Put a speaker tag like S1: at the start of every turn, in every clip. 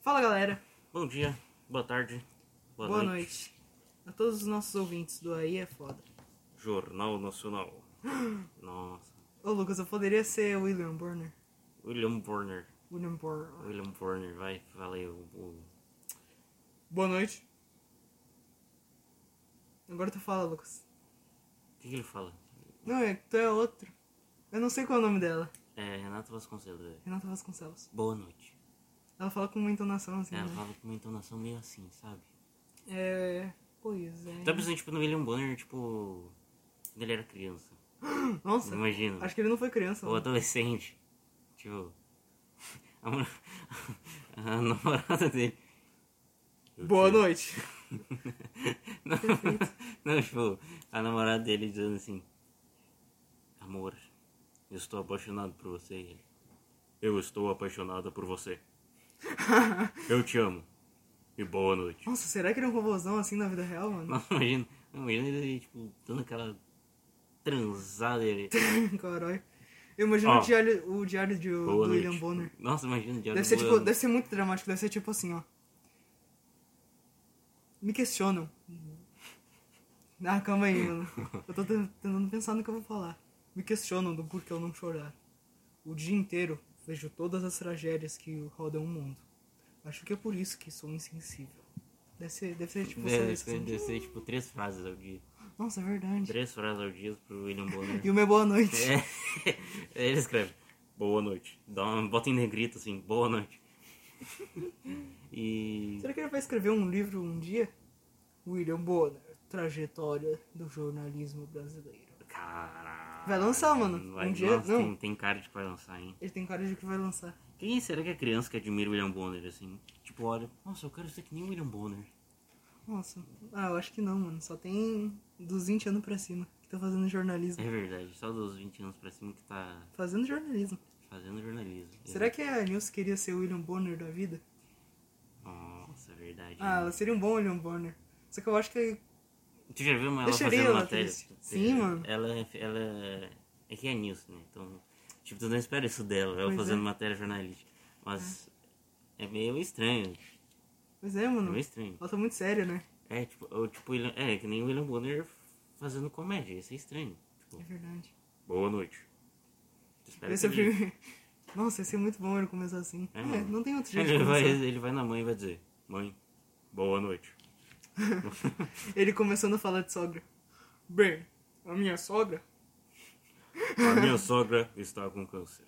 S1: Fala galera,
S2: Bom dia, boa tarde, boa,
S1: boa, noite. A todos os nossos ouvintes do Aí é Foda.
S2: Jornal Nacional. Nossa,
S1: Ô Lucas, eu poderia ser William Burner.
S2: William Warner.
S1: William Burner.
S2: William Warner, vai, fala aí o, o-
S1: Boa noite. Agora tu fala, Lucas.
S2: o que, que ele fala?
S1: Não, é, tu é outro. Eu não sei qual é o nome dela.
S2: É, Renato Vasconcelos. é.
S1: Renata Vasconcelos.
S2: Boa noite.
S1: Ela fala com uma entonação assim,
S2: Ela
S1: né?
S2: fala com uma entonação meio assim, sabe?
S1: É. Pois é.
S2: Tá pensando, tipo, no William Warner, tipo, quando ele era criança.
S1: Nossa,
S2: Imagina.
S1: acho que ele não foi criança.
S2: Ou
S1: né?
S2: adolescente. Tipo, a, mo- a namorada dele. Eu
S1: Boa
S2: te-
S1: noite.
S2: Não, não, tipo, a namorada dele dizendo assim: Amor, eu estou apaixonado por você. E ele, eu estou apaixonada por você. Eu te amo. E boa noite.
S1: Nossa, será que ele é um robôzão assim na vida real, mano?
S2: Não, imagina, não, imagina ele, tipo, dando aquela transada ele.
S1: Caralho. Eu imagino
S2: Ó.
S1: o diário, o diário de, do
S2: Boa noite.
S1: William Bonner.
S2: Nossa, imagina, já
S1: Deve ser, tipo, deve ser muito dramático, deve ser tipo assim, ó. Me questionam. Ah, calma aí, mano. Eu tô ten- tentando pensar no que eu vou falar. Me questionam do porquê eu não chorar. O dia inteiro vejo todas as tragédias que rodam o mundo. Acho que é por isso que sou insensível. Deve ser, deve ser tipo
S2: É, deve,
S1: essa-
S2: ser, deve ser, tipo, três frases ao dia.
S1: Nossa, é verdade.
S2: Três frases ao dia pro William Bonner.
S1: E o meu boa noite.
S2: É, ele escreve, boa noite. Dá uma, bota em negrito assim, boa noite. E.
S1: Será que ele vai escrever um livro um dia? William Bonner, trajetória do jornalismo brasileiro.
S2: Caralho.
S1: Vai lançar, mano.
S2: Vai-
S1: Um dia-
S2: nossa,
S1: não.
S2: Tem, tem cara de que vai lançar, hein?
S1: Ele tem cara de que vai lançar.
S2: Quem será que é criança que admira o William Bonner, assim? Tipo, olha, nossa, eu quero ser que nem o William Bonner.
S1: Nossa. Ah, eu acho que não, mano. Só tem dos 20 anos pra cima que tá fazendo
S2: É
S1: jornalismo.
S2: verdade, só dos 20 anos pra cima que tá
S1: Fazendo jornalismo.
S2: fazendo jornalismo.
S1: Será que a Nilce queria ser o William Bonner da vida?
S2: Nossa, é verdade.
S1: Ah,
S2: né?
S1: ela seria um bom William Bonner. Só que eu acho que.
S2: Tu já viu ela
S1: Deixaria
S2: fazendo
S1: ela
S2: matéria?
S1: triste. Sim, mano.
S2: Ela, ela é que é news, né? Então, tipo, tu não espera isso dela, ela
S1: Pois
S2: fazendo
S1: é.
S2: matéria jornalística. Mas é, meio estranho.
S1: Pois é,
S2: É
S1: mano.
S2: meio estranho.
S1: Ela tá muito séria, né?
S2: É, tipo, ou, tipo William- é que nem o William Bonner fazendo comédia, isso é estranho.
S1: É
S2: Tipo,
S1: verdade.
S2: boa noite. Tu espera
S1: Esse é o
S2: que ele-
S1: primeiro. Nossa, ia ser muito bom ele começar assim.
S2: É,
S1: É,
S2: mano.
S1: não tem outro jeito de
S2: ele, vai,
S1: começar.
S2: ele vai na mãe e vai dizer, mãe, boa noite.
S1: Ele começando a falar de sogra. Bem, a minha sogra.
S2: A minha sogra está com câncer.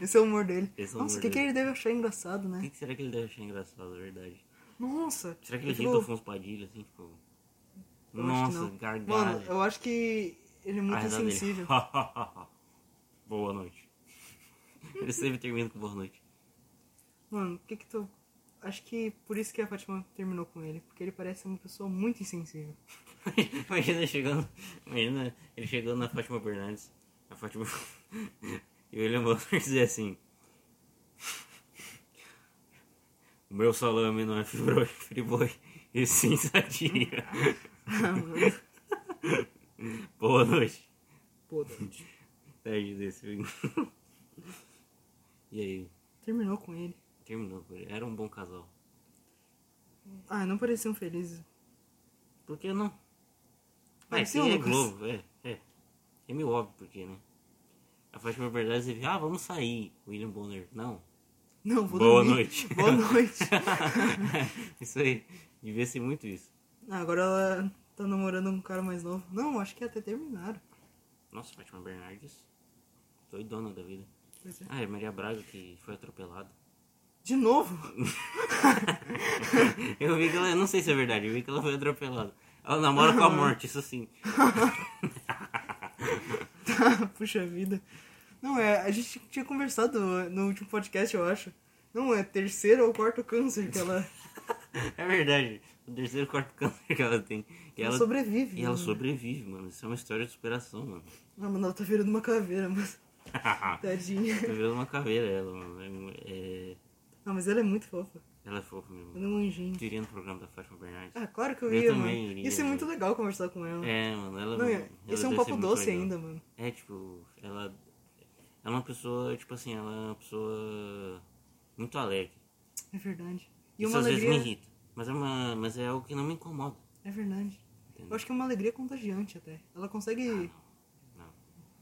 S1: Esse é o humor dele.
S2: Esse é o
S1: Nossa, o
S2: humor
S1: que, que
S2: dele.
S1: ele deve achar engraçado,
S2: O que,
S1: né?
S2: que será que ele deve achar engraçado, na verdade?
S1: Nossa.
S2: Será que ele
S1: eu
S2: ri do
S1: fico-
S2: Afonso Padilha, assim, tipo...
S1: Eu acho que
S2: Nossa,
S1: não. Mano,
S2: gargalho.
S1: eu acho que ele é
S2: A
S1: muito
S2: risada dele.
S1: insensível.
S2: boa noite. Ele sempre termina com boa noite.
S1: Mano, o que que tu... Acho que por isso que a Fátima terminou com ele. Porque ele parece uma pessoa muito insensível.
S2: imagina chegando... Imagina ele chegando na Fátima Bernardes. A Fátima... e o William Bonner dizer assim... O meu salame não é friboi, friboi e sim sadia.
S1: Ah, mano.
S2: boa noite.
S1: Pô,
S2: Tarde desse. e aí?
S1: terminou com ele.
S2: Terminou, cara. era um bom casal.
S1: Ah, não pareciam felizes.
S2: Por que não?
S1: Mas
S2: Mas
S1: sim,
S2: sim, é
S1: Lucas.
S2: Globo, é, é. É meio óbvio porque, né? A Fátima Verdade você vê, ah, vamos sair, William Bonner. Não.
S1: Não, vou
S2: Boa
S1: dormir.
S2: noite.
S1: Boa noite.
S2: isso aí, devia ser muito isso.
S1: Ah, agora ela tá namorando um cara mais novo. Não, acho que até terminaram.
S2: Nossa, Fátima Bernardes. Doidona da vida.
S1: Pois é.
S2: Ah, é Maria Braga que foi atropelada.
S1: De novo?
S2: eu vi que ela, eu não sei se é verdade, eu vi que ela foi atropelada. Ela namora com a morte, isso sim.
S1: Tá, puxa vida. Não, é, a gente tinha conversado no último podcast, eu acho. Não, é terceiro ou quarto câncer que ela,
S2: É verdade. O terceiro quarto câncer que ela tem. E
S1: ela
S2: ela,
S1: sobrevive.
S2: e ela
S1: né?
S2: sobrevive, mano. Isso é uma história de superação, mano.
S1: Ah, mano, ela tá virando uma caveira, mas. Tadinha.
S2: Tá virando uma caveira ela, mano. É, é-
S1: Ah, mas ela é muito fofa.
S2: ela é fofa mesmo.
S1: Ela é um anjinho.
S2: Eu iria no programa da Fátima Bernardes.
S1: Ah, claro que eu,
S2: Eu
S1: ia,
S2: também
S1: mano.
S2: iria,
S1: Isso é muito
S2: mano.
S1: legal conversar com ela.
S2: É, mano, ela.
S1: Não, é-
S2: ela
S1: esse é um
S2: deve
S1: papo
S2: ser muito
S1: doce
S2: legal.
S1: ainda, mano.
S2: É, tipo, ela. Ela é uma pessoa, tipo assim, ela é uma pessoa muito alegre.
S1: É verdade. E
S2: Isso
S1: uma
S2: às
S1: alegria.
S2: vezes me irrita. Mas é, uma, mas é algo que não me incomoda.
S1: É verdade.
S2: Entendeu? Ah,
S1: Eu acho que é uma alegria contagiante até. Ela consegue.
S2: Não.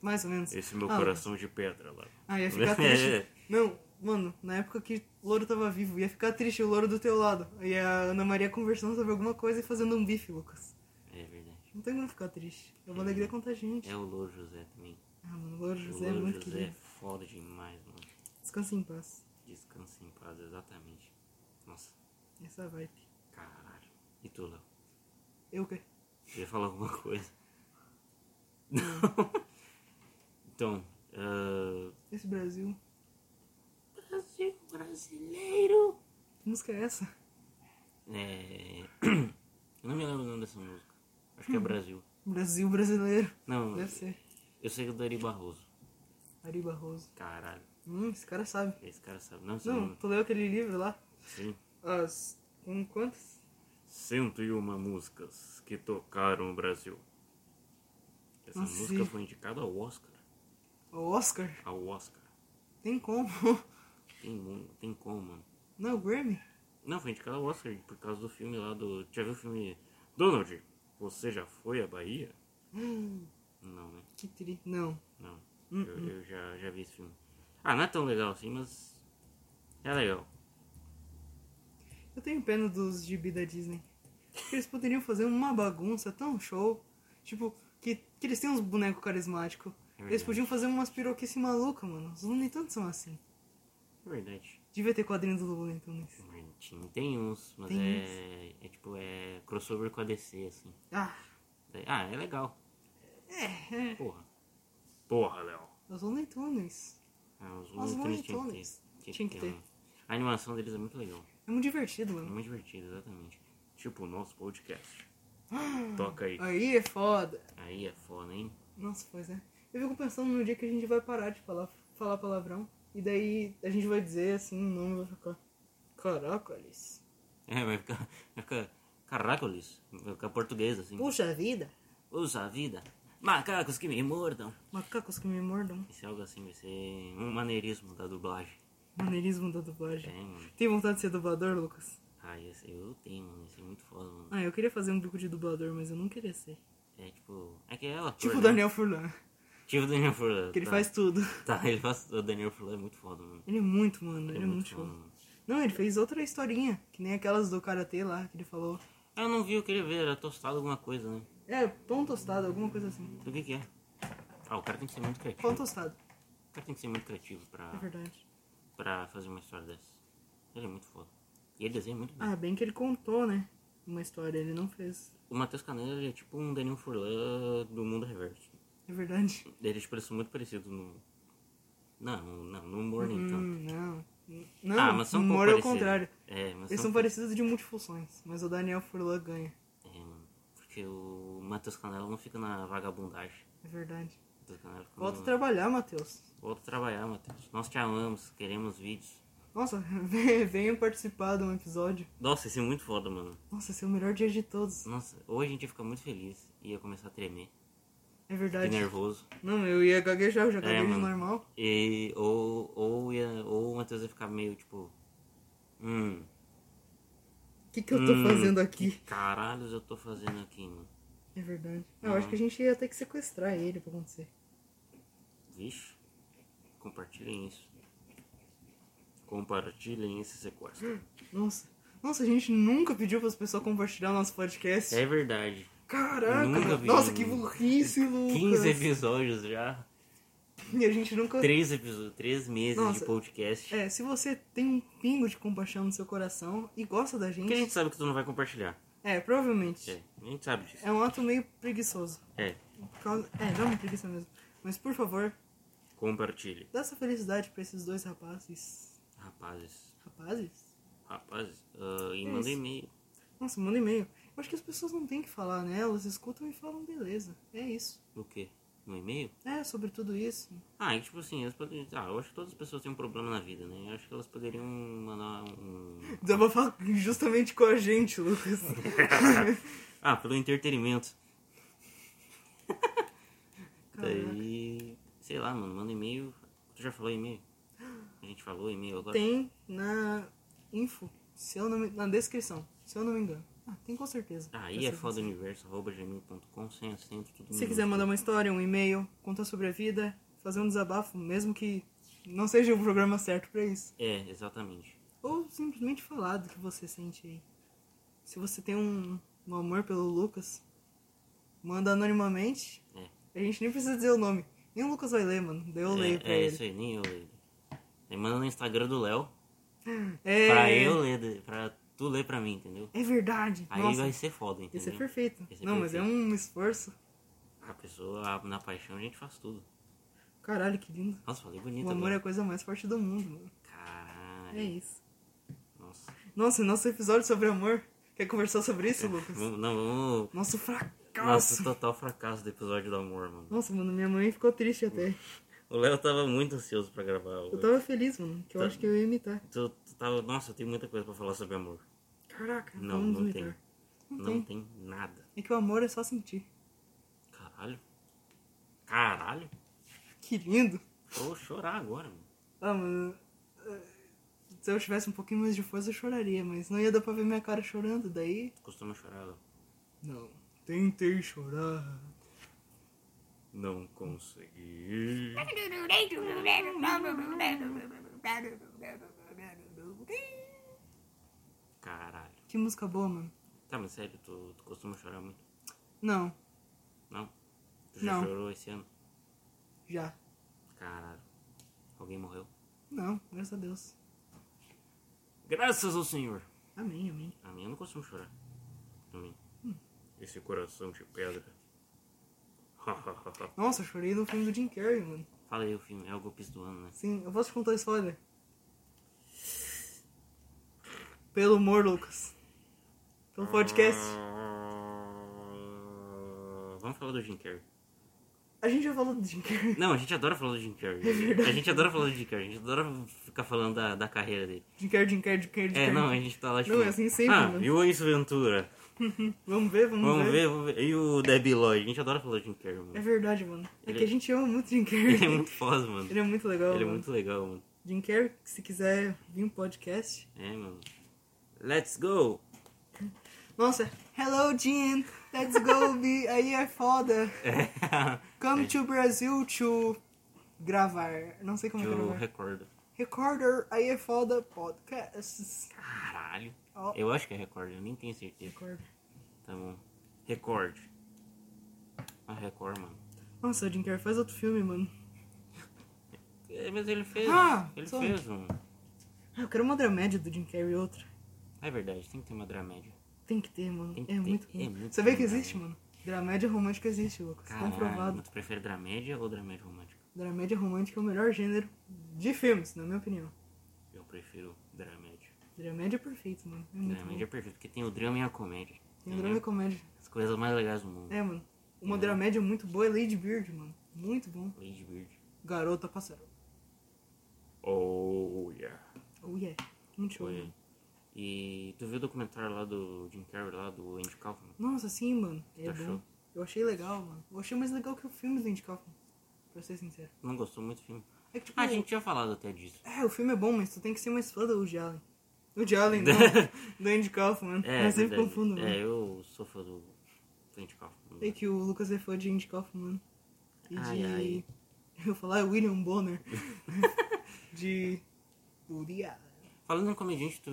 S1: Mais ou menos.
S2: Esse meu
S1: Ah,
S2: coração de pedra lá.
S1: Ah, ia ficar triste. Não, mano, na época que o louro tava vivo, ia ficar triste o louro do teu lado. E a Ana Maria conversando sobre alguma coisa e fazendo um bife, Lucas.
S2: É verdade.
S1: Não tem como ficar triste. É uma alegria contagiante.
S2: É o Louro José também.
S1: Ah, mano, o louro José é
S2: o Louro
S1: muito
S2: José é
S1: querido.
S2: foda demais, mano.
S1: Descanse em paz.
S2: Descansa em paz, exatamente. Nossa,
S1: Essa é a vibe. É
S2: caralho. E tu, Léo?
S1: Eu que.
S2: Você ia falar alguma coisa? Não. Então, ah,
S1: Esse Brasil.
S2: Brasil brasileiro.
S1: Que música é essa?
S2: É... Eu não me lembro o nome dessa música. Acho que é Brasil.
S1: Brasil brasileiro.
S2: Não,
S1: Deve ser.
S2: eu sei que é do Ari Barroso.
S1: Ari Barroso.
S2: Caralho,
S1: Hum, esse cara sabe.
S2: esse cara sabe. Não, sei o
S1: Não,
S2: nome.
S1: tu leu aquele livro lá?
S2: Sim.
S1: As. Com quantas?
S2: 101 músicas que tocaram o Brasil. Essa
S1: Ah,
S2: música
S1: sim.
S2: foi indicada ao Oscar.
S1: O Oscar?
S2: Ao Oscar.
S1: Tem como.
S2: Tem, mu- tem como, mano.
S1: Não é o Grammy?
S2: Não, foi indicada ao Oscar por causa do filme lá do. Já viu o filme Donald? Você já foi à Bahia?
S1: Hum,
S2: Não, né?
S1: que tri. Não.
S2: Não.
S1: Hum,
S2: Eu, eu já, já vi esse filme. Ah, não é tão legal assim, mas. É legal.
S1: Eu tenho pena dos gibi da Disney. Porque Eles poderiam fazer uma bagunça tão show. Tipo, que, que eles têm uns bonecos carismáticos.
S2: É
S1: Eles
S2: verdade.
S1: podiam fazer umas piroquices malucas, mano. Os Looney Tunes são assim.
S2: É verdade.
S1: Devia ter quadrinhos do Looney Tunes.
S2: Martin tem uns, mas
S1: Tem
S2: é, é tipo, é crossover com a DC, assim.
S1: Ah,
S2: Daí- Ah, é legal.
S1: é, é.
S2: Porra. Porra, Léo.
S1: Os Looney Tunes.
S2: Ah, os
S1: Os Looney
S2: Looney Tunes tinha que ter.
S1: Tunes. Tinha que ter.
S2: um- A animação deles é muito legal.
S1: É muito divertido,
S2: É
S1: mano.
S2: muito divertida, exatamente. Tipo o nosso podcast. Toca aí.
S1: Aí é foda.
S2: Aí é foda, hein?
S1: Nossa, pois é. Eu fico pensando no dia que a gente vai parar de falar, falar palavrão. E daí a gente vai dizer assim, o nome vai ficar. Caraca, Alice.
S2: É, vai ficar. Vai ficar. Caracolis. Vai ficar português, assim.
S1: Puxa vida!
S2: Usa a vida. Macacos que me mordam.
S1: Macacos que me mordam.
S2: Isso é algo assim, vai ser um maneirismo da dublagem.
S1: Maneirismo da dublagem.
S2: É, mano.
S1: Tem vontade de ser dublador, Lucas?
S2: Ah, esse eu tenho, mano. Isso é muito foda, mano.
S1: Ah, eu queria fazer um bico de dublador, mas eu não queria ser.
S2: É tipo. É que é ela.
S1: Tipo o Daniel Furlan,
S2: Tipo o Daniel Furlan.
S1: que ele
S2: tá.
S1: faz tudo.
S2: Tá, ele faz. O Daniel Furlan é muito foda, mano.
S1: Ele é muito, mano, ele é muito
S2: foda,
S1: show.
S2: mano.
S1: Não, ele fez outra historinha, que nem aquelas do Karatê lá, que ele falou.
S2: Eu não vi o que ele veio, era tostado alguma coisa, né?
S1: É, pão tostado, alguma coisa assim.
S2: O que que é? Ah, o cara tem que ser muito criativo.
S1: Pão tostado,
S2: O cara tem que ser muito criativo pra,
S1: é verdade.
S2: pra fazer uma história dessa. Ele é muito foda. E ele desenha muito bem.
S1: Ah, bem que ele contou, né? Uma história, ele não fez.
S2: O Matheus Canella ele é tipo um Daniel Furlan do mundo reverso.
S1: É verdade.
S2: Eles parecem é muito parecidos no. Não, não, no humor nem tanto.
S1: Hum, não. Não,
S2: Então. ah, mas são um pouco
S1: humor é o
S2: parecidos.
S1: contrário.
S2: É, mas
S1: Eles são parecidos de multifunções, mas o Daniel Furlan ganha.
S2: É, mano. Porque o Matheus Canella não fica na vagabundagem.
S1: É verdade.
S2: O Matheus Canella fica
S1: Volta a
S2: no-
S1: trabalhar, Matheus.
S2: Volta a trabalhar, Matheus. Nós te amamos, queremos vídeos.
S1: Nossa, venha- venham participar de um episódio.
S2: Nossa, isso é muito foda, mano.
S1: Nossa, esse é o melhor dia de todos.
S2: Nossa, hoje a gente ia ficar muito feliz e ia começar a tremer.
S1: É
S2: E
S1: verdade.
S2: nervoso.
S1: Não, eu ia gaguejar, eu já gaguejo
S2: É, mano.
S1: normal.
S2: E, ou, ou, ia, ou o Matheus ia ficar meio tipo. Hum.
S1: O que, que eu tô
S2: hum,
S1: fazendo aqui?
S2: Que caralhos eu tô fazendo aqui, mano?
S1: É verdade. Ah, eu acho que a gente ia ter que sequestrar ele pra acontecer.
S2: Vixe. Compartilhem isso. Compartilhem esse sequestro.
S1: Nossa. Nossa, a gente nunca pediu pras pessoas compartilhar o nosso podcast.
S2: É verdade.
S1: Caraca!
S2: Nunca vi.
S1: Nossa, que burrice, Lucas!
S2: 15 episódios já.
S1: E a gente nunca.
S2: 3 episódios, 3 meses de
S1: Nossa.
S2: podcast.
S1: É, se você tem um pingo de compaixão no seu coração e gosta da
S2: Porque a
S1: gente.
S2: gente sabe que tu não vai compartilhar.
S1: É, provavelmente.
S2: É, a gente sabe disso.
S1: é um ato meio preguiçoso.
S2: É,
S1: Por causa- É, dá uma preguiça mesmo. Mas por favor,
S2: compartilhe.
S1: dá essa felicidade pra esses dois rapazes.
S2: Rapazes,
S1: Rapazes?
S2: rapazes, ah, e
S1: É
S2: manda
S1: isso.
S2: e-mail.
S1: Nossa, manda e-mail. Eu acho que as pessoas não têm que falar, né? Elas escutam e falam, beleza. É isso.
S2: O quê? No e-mail?
S1: É, sobre tudo isso.
S2: Ah, e tipo assim, elas poderiam. Ah, eu acho que todas as pessoas têm um problema na vida, né? Eu acho que elas poderiam mandar um.
S1: Desabafar justamente com a gente, Lucas.
S2: Ah, pelo entretenimento.
S1: Caraca.
S2: É Daí. Sei lá, mano, manda e-mail Tu já falou e-mail? A gente falou e-mail agora?
S1: Tem na info, se eu não me... na descrição, se eu não me engano. Ah, tem com certeza.
S2: Aí é foda né? universo, arroba gmail.com, sem acento, tudo
S1: Se quiser mandar uma história, um e-mail, contar sobre a vida, fazer um desabafo, mesmo que não seja o programa certo pra isso.
S2: É, exatamente.
S1: Ou simplesmente falar do que você sente aí. Se você tem um, um amor pelo Lucas, manda anonimamente.
S2: É.
S1: A gente nem precisa dizer o nome. Nem o Lucas vai ler, mano. Daí eu leio
S2: é,
S1: pra
S2: é
S1: ele.
S2: isso aí, nem eu leio. Aí manda no Instagram do Léo,
S1: É,
S2: pra eu ler, de- pra tu ler pra mim, entendeu?
S1: é verdade.
S2: Aí
S1: Nossa,
S2: vai ser foda, entendeu?
S1: isso é perfeito.
S2: Esse é
S1: não, mas é
S2: perfeito.
S1: um esforço.
S2: A pessoa, a- na paixão, a gente faz tudo.
S1: Caralho, que lindo.
S2: Nossa, falei bonito
S1: O amor é
S2: agora.
S1: a coisa mais forte do mundo, mano.
S2: Caralho.
S1: É isso.
S2: Nossa.
S1: Nossa, e nosso episódio sobre amor. Quer conversar sobre isso, Lucas?
S2: É, Vamos, não, vamos...
S1: Nosso
S2: Nossa, tá.
S1: fracasso.
S2: total fracasso do episódio do amor, mano.
S1: Nossa, mano, minha mãe ficou triste até.
S2: O Léo tava muito ansioso pra gravar. o-
S1: Eu tava feliz, mano, que eu
S2: Tá.
S1: acho que eu ia imitar.
S2: Tu, tu tava... Nossa, eu tenho muita coisa pra falar sobre amor.
S1: Caraca,
S2: Não,
S1: vamos
S2: não tem.
S1: imitar.
S2: Não tem nada.
S1: É que o amor é só sentir.
S2: Caralho. Caralho.
S1: Que lindo.
S2: Vou chorar agora, mano.
S1: Ah, mano. eh, Se eu tivesse um pouquinho mais de força, eu choraria, mas não ia dar pra ver minha cara chorando, daí.
S2: Costuma chorar, Léo.
S1: Não. Tentei chorar.
S2: Não consegui. Caralho.
S1: Que música boa, mano.
S2: Tá, mas sério, tu, tu costuma chorar muito?
S1: Não,
S2: Não? Tu já
S1: Não.
S2: chorou esse ano?
S1: já.
S2: Caralho. Alguém morreu?
S1: Não, graças a Deus.
S2: Graças ao Senhor.
S1: Amém, amém.
S2: A minha eu não costumo chorar. Também. Esse coração de pedra.
S1: Nossa, eu chorei no filme do Jim Carrey, mano.
S2: Fala aí o filme, é o golpista do ano, né?
S1: Sim, eu posso te contar a história. Pelo humor, Lucas. Pelo podcast.
S2: Ah, Vamos falar do Jim Carrey.
S1: A gente já falou do Jim Carrey.
S2: Não, a gente adora falar do Jim Carrey.
S1: É
S2: A gente adora falar do Jim Carrey. A gente adora ficar falando da, da carreira dele.
S1: Jim Carrey, Jim Carrey, Jim Carrey, Jim
S2: É,
S1: Carrey.
S2: não, a gente tá lá tipo...
S1: Não, é assim sempre,
S2: Ah,
S1: mano.
S2: e o Ace Ventura.
S1: Vamos ver, vamos,
S2: Vamos ver, vamos ver. E o Debbie Lloyd. A gente adora falar do Jim Carrey,
S1: É
S2: mano.
S1: verdade, mano. É
S2: Ele-
S1: que a gente ama muito o Jim Carrey.
S2: Ele é muito foda, mano.
S1: Ele é muito legal,
S2: Ele é
S1: mano.
S2: muito legal, mano.
S1: Jim Carrey, se quiser vir um podcast.
S2: É, mano. Let's go!
S1: Nossa, hello Jim, let's go be aí é foda. Come
S2: É.
S1: to Brazil to gravar. Não sei como é que é
S2: Eu
S1: gravar.
S2: recordo.
S1: Recorder, aí é foda, podcasts.
S2: Caralho.
S1: Ó.
S2: Eu acho que é recordo, eu nem tenho certeza.
S1: Record.
S2: Tá bom. Record. Ah, Record, mano.
S1: Nossa, o Jim Carrey faz outro filme, mano.
S2: É, mas ele fez.
S1: Ah,
S2: ele
S1: só-
S2: fez um.
S1: Ah, eu quero uma dramédia do Jim Carrey outra.
S2: É verdade, tem que ter uma dramédia.
S1: Tem que ter, mano.
S2: Tem que
S1: é
S2: ter,
S1: muito bom.
S2: é muito
S1: Você vê que
S2: bom,
S1: existe, mano. Dramédia romântica existe, Lucas. é Comprovado.
S2: mas tu prefere dramédia ou dramédia romântica?
S1: Dramédia romântica é o melhor gênero de filmes, na minha opinião.
S2: Eu prefiro dramédia.
S1: Dramédia é perfeito, mano. É muito
S2: Dramédia é perfeito, porque tem o drama e a comédia.
S1: bom. Tem drama e comédia.
S2: As coisas mais legais do mundo.
S1: É, mano. Uma
S2: É.
S1: dramédia muito boa é Lady Bird, mano. Muito bom.
S2: Lady Bird.
S1: Garota Pássaro.
S2: Oh, yeah.
S1: Oh yeah. Muito show,
S2: Foi.
S1: mano.
S2: Tipo, E tu viu o documentário lá do Jim Carrey, lá do Andy Kaufman?
S1: Nossa, sim, mano. É
S2: Tá
S1: bom.
S2: show.
S1: Eu achei legal, mano. Eu achei mais legal que o filme do Andy Kaufman. Pra ser sincero.
S2: Não gostou muito do filme?
S1: É que, tipo,
S2: Ah, a gente tinha falado até disso.
S1: É, o filme é bom, mas tu tem que ser mais fã do Woody Allen. Woody Allen, não. do Andy Kaufman.
S2: É,
S1: eu sempre
S2: verdade.
S1: confundo, né? mano.
S2: É, eu sou fã do do Andy Kaufman. né?
S1: Sei que o Lucas é fã de Andy Kaufman. E
S2: Ai,
S1: de...
S2: ai.
S1: Eu ia falar é William Bonner. de... Woody Allen.
S2: Falando em comediante, tu...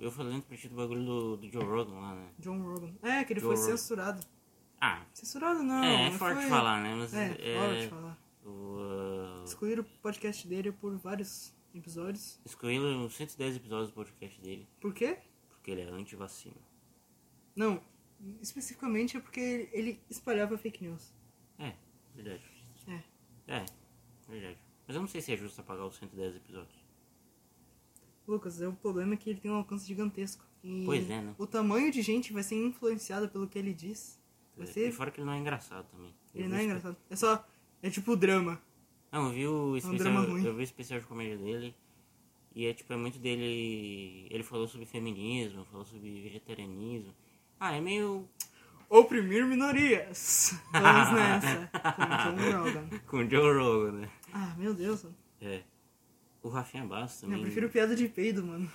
S2: eu falei antes pra ti do bagulho do, do Joe Rogan lá, né?
S1: John Rogan. É, que ele
S2: John
S1: foi
S2: Rogan.
S1: censurado.
S2: Ah,
S1: Censurado não.
S2: é, é
S1: mas
S2: forte
S1: foi-
S2: falar, né? Mas
S1: É,
S2: é,
S1: forte falar.
S2: o, uh, ah,
S1: Excluíram o podcast dele por vários episódios.
S2: excluíram os 110 episódios do podcast dele,
S1: Por quê?
S2: porque ele é anti-vacina.
S1: Não, especificamente é porque ele espalhava fake news.
S2: É, verdade.
S1: É.
S2: É, verdade. Mas eu não sei se é justo apagar os 110 episódios.
S1: Lucas, é, o problema é que ele tem um alcance gigantesco. E
S2: Pois é, né?
S1: O tamanho de gente vai ser influenciada pelo que ele diz. Vai
S2: E
S1: ser.
S2: fora que ele não é engraçado também.
S1: Ele
S2: Eu
S1: não é
S2: vi-
S1: engraçado. É só. É tipo drama.
S2: Não, eu vi o especial,
S1: drama ruim.
S2: eu vi o especial de comédia dele. E é tipo, é muito dele. Ele falou sobre feminismo, falou sobre vegetarianismo. Ah, é meio.
S1: Oprimir minorias. Vamos nessa. Com John Rogan.
S2: Com o Joe Rogan, né?
S1: Ah, meu Deus. mano.
S2: É. O Rafinha Bastos também.
S1: Eu prefiro piada de peido, mano.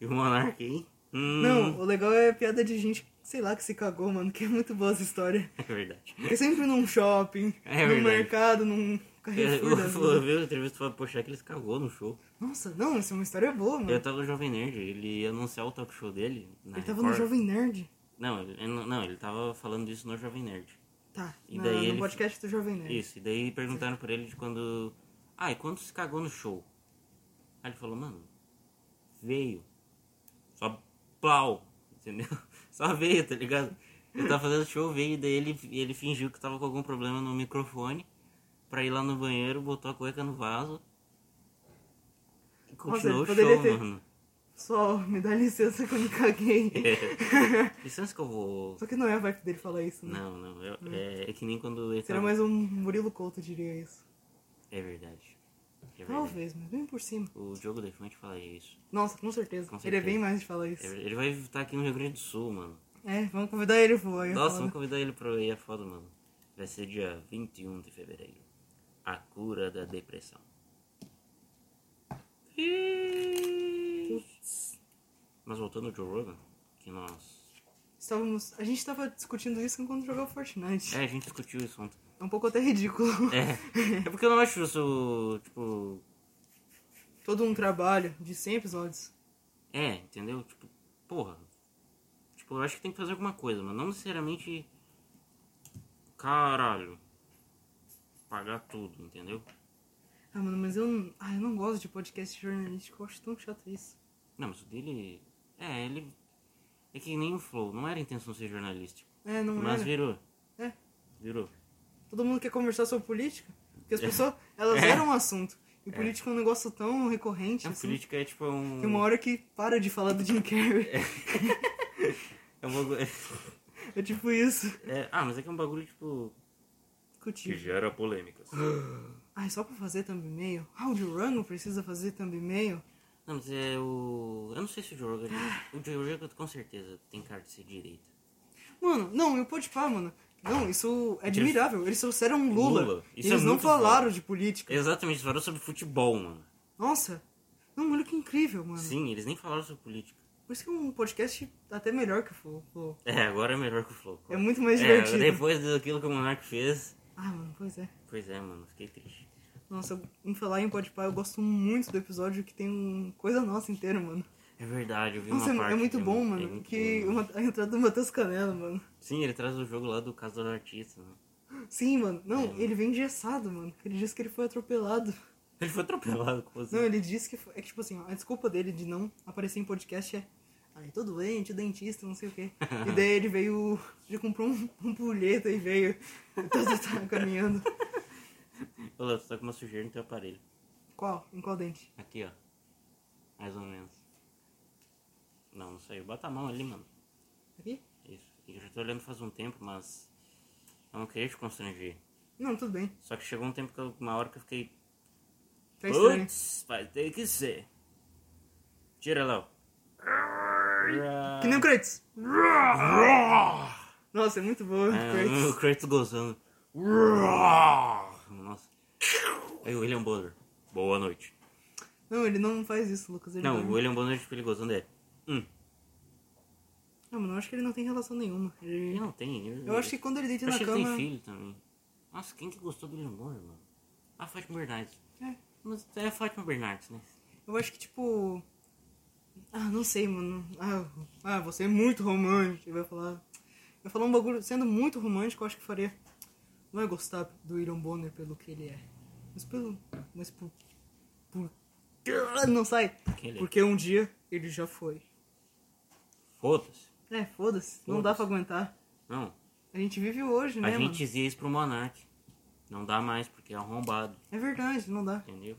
S2: E o Monark, hein? Hum,
S1: Não, o legal é piada de gente, sei lá, que se cagou, mano, que é muito boa essa história.
S2: É verdade.
S1: Porque sempre num shopping,
S2: É
S1: num
S2: verdade.
S1: mercado, num
S2: É,
S1: Carrefour da
S2: eu
S1: vida.
S2: eu vi a entrevista e falei, poxa, é que eles cagou no show.
S1: Nossa, não, essa é uma história boa, mano.
S2: Eu tava no Jovem Nerd, ele ia anunciar o talk show dele. Na
S1: Ele tava
S2: Record.
S1: no Jovem Nerd.
S2: Não, ele- ele não- não, ele tava falando isso no Jovem Nerd.
S1: Tá,
S2: E
S1: na-
S2: daí
S1: no
S2: ele-
S1: podcast do Jovem Nerd.
S2: Isso, e daí perguntaram pra ele de quando. Ah, e quando se cagou no show? Aí ele falou, mano, veio. Só pau, entendeu? Só veio, tá ligado? Eu tava fazendo show, veio, e daí ele, ele fingiu que tava com algum problema no microfone pra ir lá no banheiro, botou a cueca no vaso. E
S1: ele
S2: continuou o
S1: poderia
S2: show,
S1: ter-
S2: mano.
S1: Só, me dá licença que eu me caguei.
S2: É. Licença que eu vou.
S1: Só que não é a vibe dele falar isso, né?
S2: Não, não, eu- é, é que nem quando ele
S1: Seria
S2: tava-
S1: mais um Murilo Couto diria isso.
S2: É verdade. É verdade.
S1: Talvez, mas bem por cima.
S2: O Diogo Defante fala isso.
S1: Nossa, com certeza.
S2: Com
S1: Ele é
S2: certeza.
S1: bem mais de falar
S2: É
S1: isso.
S2: ver- Ele vai estar aqui no Rio Grande do Sul, mano.
S1: É, vamos convidar ele, pô. aí eu
S2: Nossa,
S1: falo. né?
S2: vamos convidar ele pra ir, é foda, mano. Vai ser dia 21 de fevereiro. A cura da depressão. Mas voltando ao Joe Rogan, que nós...
S1: Estávamos... A gente tava discutindo isso enquanto jogava Fortnite.
S2: É, a gente discutiu isso ontem.
S1: É um pouco até ridículo.
S2: É, é porque eu não acho isso, tipo...
S1: Todo um trabalho de 100 episódios.
S2: É, entendeu? Tipo, porra. Tipo, eu acho que tem que fazer alguma coisa, mas não necessariamente. Caralho. Pagar tudo, entendeu?
S1: Ah, mano, mas eu não... Ah, eu não gosto de podcast jornalístico. Eu acho tão chato isso.
S2: Não, mas o dele. É, ele. É que nem o Flow, não era a intenção ser jornalístico.
S1: É, não
S2: mas
S1: era.
S2: virou.
S1: É.
S2: Virou.
S1: Todo mundo quer conversar sobre política. Porque as pessoas, elas
S2: É.
S1: eram um assunto. E política é um negócio tão recorrente,
S2: A
S1: assim,
S2: política é tipo um.
S1: que uma hora que para de falar do Jim Carrey. É,
S2: É um bagulho.
S1: tipo isso.
S2: é- Ah, mas é que é um bagulho, tipo.
S1: Cutinho.
S2: gera polêmicas.
S1: Ai, só pra fazer thumbnail? Ah, o Durango precisa fazer thumbnail?
S2: Não, mas é o. Eu não sei se o Joe Rogan. O Joe Rogan com certeza tem cara de ser direita.
S1: Mano, não, eu pode pá, mano. Não, isso é admirável. Eles trouxeram um Lula.
S2: Lula.
S1: E
S2: Isso
S1: eles
S2: é
S1: não
S2: muito
S1: falaram
S2: foda. É.
S1: de política.
S2: Exatamente, eles falaram sobre futebol, mano.
S1: Nossa. Não, olha que incrível, mano.
S2: Sim, eles nem falaram sobre política.
S1: Por isso que é um podcast até melhor que o Flow. Flow.
S2: É, agora é melhor que o Flow.
S1: É muito mais
S2: É,
S1: divertido.
S2: depois daquilo que o Monark fez.
S1: Ah, mano, pois é.
S2: Pois é, mano, fiquei triste.
S1: Nossa, eu- em falar em Podpah, eu gosto muito do episódio que tem um coisa nossa inteira, mano.
S2: É verdade, eu vi
S1: Nossa,
S2: uma
S1: é,
S2: parte.
S1: é muito
S2: que
S1: bom, mano.
S2: é muito
S1: que
S2: bom, mano.
S1: uma- a entrada do Matheus Canela, mano.
S2: Sim, ele traz o jogo lá do caso dos artistas, né?
S1: Sim, mano. Não,
S2: É.
S1: ele vem engessado, mano. Ele disse que ele foi atropelado.
S2: Ele foi atropelado assim? com
S1: Não,
S2: você.
S1: ele disse que foi. É que, tipo assim, ó, a desculpa dele de não aparecer em podcast é. Ai, tô doente, dentista, não sei o quê. E daí ele veio. Ele comprou um, um pulheta e veio. Então ele tá caminhando.
S2: Olha, você tá com uma sujeira no teu aparelho.
S1: Qual? Em qual dente?
S2: Aqui, ó. Mais ou menos. Não, não saiu. Bota a mão ali, mano.
S1: Aqui?
S2: Isso. Eu já tô olhando faz um tempo, mas. Eu não queria te constranger.
S1: Não, tudo bem.
S2: Só que chegou um tempo que eu, uma hora que eu fiquei.
S1: Tá estranho.
S2: Putz, vai ter que ser. Tira, Léo.
S1: Que nem o Kratos. Nossa, é muito boa,
S2: É,
S1: Kratos.
S2: o Kratos gozando. Nossa. Aí o William Bonner. Boa noite.
S1: Não, ele não faz isso, Lucas. Ele
S2: Não, o
S1: dorme.
S2: William Bonner, tipo, ele gozando é. Hum.
S1: Ah, mano, eu acho que ele não tem relação nenhuma.
S2: Ele
S1: Ele-
S2: não tem. Ele,
S1: Eu acho que quando ele deita
S2: Eu
S1: na
S2: acho que ele tem
S1: cama.
S2: filho também. Nossa, quem que gostou do William Bonner, mano? A Fátima Bernardes.
S1: É.
S2: Mas é a Fátima Bernardes, né?
S1: Eu acho que, tipo. Ah, não sei, mano. Ah, ah, você é muito romântico. Ele vai falar. Vai falar um bagulho sendo muito romântico, eu acho que faria. Não é gostar do Iron Bonner pelo que ele é. Mas pelo. Mas por. Por. Ah, Não sai.
S2: que ele é?
S1: Porque um dia ele já foi.
S2: Foda-se.
S1: É, foda-se. Não dá
S2: Foda-se.
S1: pra aguentar.
S2: Não.
S1: A gente vive hoje,
S2: A
S1: né,
S2: gente
S1: mano?
S2: dizia isso pro Monark. Não dá mais, porque é arrombado,
S1: É verdade, não dá.
S2: entendeu?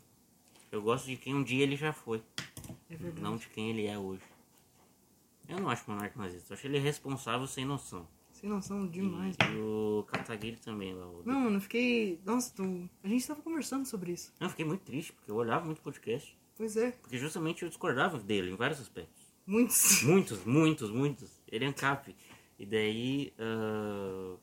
S2: Eu gosto de quem um dia ele já foi.
S1: É verdade.
S2: não de quem ele é hoje. Eu não acho o Monark nazista, eu acho ele responsável sem noção.
S1: Sem noção
S2: E,
S1: demais.
S2: e o Kataguiri também lá. o-
S1: Não, mano, eu fiquei. Nossa, tu... a gente tava conversando sobre isso.
S2: Não, eu fiquei muito triste, porque eu olhava muito podcast.
S1: Pois é,
S2: Porque justamente eu discordava dele em vários aspectos.
S1: muitos.
S2: Muitos, muitos, muitos. Ele é ancap. E daí. ah,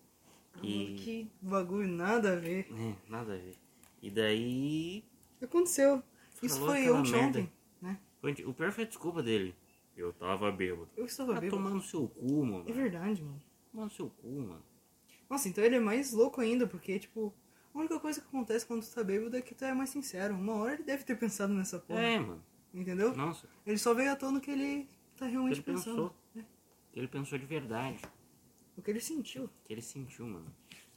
S1: Ah, mano,
S2: e.
S1: Que bagulho, nada a ver.
S2: É, nada a ver. E daí.
S1: Aconteceu. Isso
S2: Falou
S1: foi
S2: aquela
S1: ontem,
S2: merda.
S1: ontem, né?
S2: foi- O pior foi a desculpa dele. Eu tava bêbado.
S1: Eu estava
S2: Tá
S1: bêbado.
S2: tomando seu cu, mano.
S1: É verdade, mano.
S2: Tomando seu cu, mano.
S1: Nossa, então ele é mais louco ainda, porque, tipo, a única coisa que acontece quando tu tá bêbado é que tu é mais sincero. Uma hora ele deve ter pensado nessa porra,
S2: É, mano.
S1: entendeu?
S2: Nossa.
S1: Ele só veio à tona o que ele tá realmente
S2: Ele
S1: pensando.
S2: pensou.
S1: É.
S2: Que ele pensou de verdade.
S1: O que ele sentiu.
S2: Que ele sentiu, mano.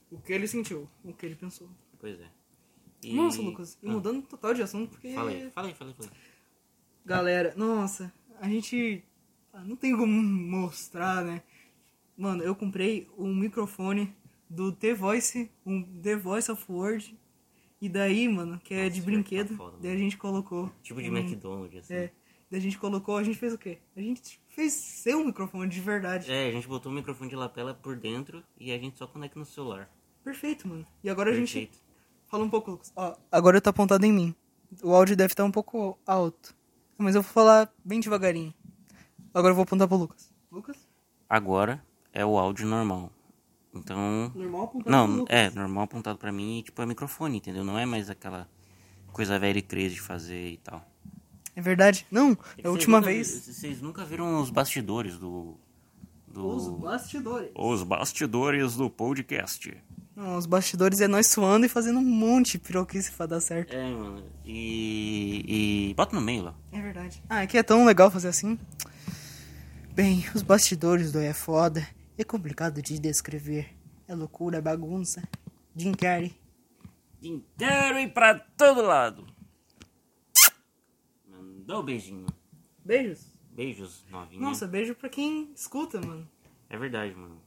S1: O que ele sentiu. O que ele pensou.
S2: Pois é. E-
S1: Nossa, Lucas, e
S2: Ah,
S1: mudando total de assunto, porque.
S2: Fala aí, fala aí, fala aí. Fala aí.
S1: Galera, nossa, a gente. ah, Não tem como mostrar, né? Mano, eu comprei um microfone do The Voice, um The Voice of Word. E daí, mano, que é
S2: Nossa,
S1: de
S2: já tá
S1: brinquedo,
S2: foda,
S1: daí a
S2: mano.
S1: gente colocou.
S2: Tipo de
S1: um-
S2: McDonald's, assim.
S1: É, daí a gente colocou, a gente fez o quê? A gente fez seu microfone de verdade.
S2: É, a gente botou o microfone de lapela por dentro e a gente só conecta no celular.
S1: Perfeito, mano. E agora a gente.
S2: Perfeito.
S1: Fala um pouco, Lucas. Ó, agora tá apontado em mim. O áudio deve estar um pouco alto. Mas eu vou falar bem devagarinho. Agora eu vou apontar pro Lucas. Lucas?
S2: Agora é o áudio normal. Então.
S1: Normal apontar pro
S2: Não,
S1: Lucas.
S2: é, normal apontado pra mim e tipo é microfone, entendeu? Não é mais aquela coisa velha e crazy de fazer e tal.
S1: É verdade? Não, é a
S2: Vocês
S1: última
S2: nunca-
S1: vez.
S2: Vocês nunca viram os bastidores do. do-
S1: bastidores.
S2: os bastidores do podcast.
S1: Não, os bastidores é nós suando e fazendo um monte de piroquice pra dar certo.
S2: É, mano. E. e. Bota no meio lá.
S1: É verdade. Ah, aqui é tão legal fazer assim. Bem, os bastidores do é foda. É complicado de descrever. É loucura, é bagunça. Jim Carrey.
S2: Inteiro e pra todo lado. Mandou um beijinho.
S1: Beijos.
S2: Beijos, novinha.
S1: Nossa, beijo pra quem escuta, mano.
S2: É verdade, mano.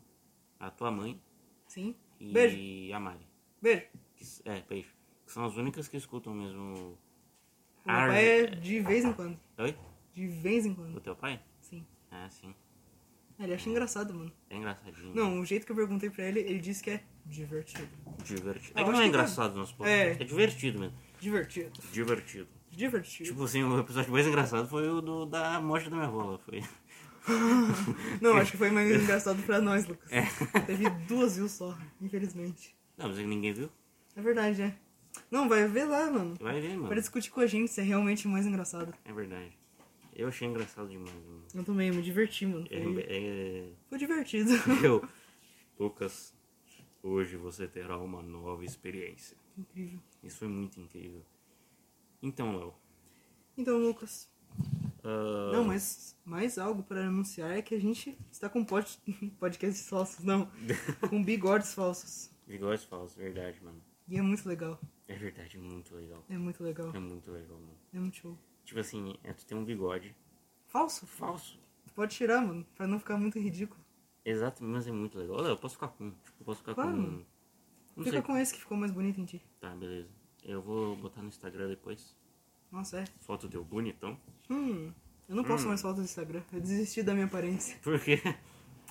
S2: A tua mãe
S1: Sim.
S2: e
S1: Beijo,
S2: a Mari.
S1: beijo.
S2: Que s- é, beijo. Que são as únicas que escutam mesmo.
S1: O meu
S2: Ar-
S1: pai é de vez em quando.
S2: Oi?
S1: De vez em
S2: O
S1: quando,
S2: teu pai?
S1: sim.
S2: Ah, sim.
S1: Ele acha engraçado, mano.
S2: É engraçadinho.
S1: Não, o jeito que eu perguntei pra ele, ele disse que é divertido.
S2: Divertido.
S1: Eu
S2: É que
S1: acho
S2: não é
S1: que
S2: engraçado nos podcasts. É. divertido mesmo.
S1: Divertido.
S2: Divertido.
S1: Divertido.
S2: Tipo assim, o episódio mais engraçado foi o do, da morte da minha avó lá. Foi.
S1: Não, acho que foi mais engraçado pra nós, Lucas. Teve duas views só, infelizmente.
S2: Não, mas é que ninguém viu.
S1: É verdade, é. Não, vai ver lá, mano.
S2: Vai ver, mano.
S1: Pra discutir com a gente se é realmente mais engraçado.
S2: É verdade. Eu achei engraçado demais, mano.
S1: Eu também, me diverti, mano.
S2: É,
S1: Foi,
S2: é-
S1: foi divertido.
S2: Eu, Lucas, hoje você terá uma nova experiência.
S1: Incrível.
S2: Isso foi muito incrível. Então, Léo.
S1: Então, Lucas.
S2: ah,
S1: Não, mas mais algo para anunciar é que a gente está com pod... podcasts falsos, não. com bigodes falsos.
S2: Bigodes falsos, É verdade, mano.
S1: E é muito legal.
S2: É verdade, muito legal.
S1: É muito legal.
S2: É muito legal, mano.
S1: É muito show.
S2: Tipo assim, é tu tem um bigode
S1: Falso?
S2: falso.
S1: Tu pode tirar, mano, pra não ficar muito ridículo.
S2: Exato, mas é muito legal. Léo, eu posso ficar com um. Tipo, eu posso ficar
S1: Claro.
S2: com um. Não
S1: Fica
S2: sei.
S1: com esse que ficou mais bonito em ti.
S2: Tá, beleza. Eu vou botar no Instagram depois.
S1: Nossa, é.
S2: Foto teu bonitão.
S1: Hum, eu não posto
S2: Hum.
S1: mais foto do Instagram. Eu desisti da minha aparência.
S2: Porque.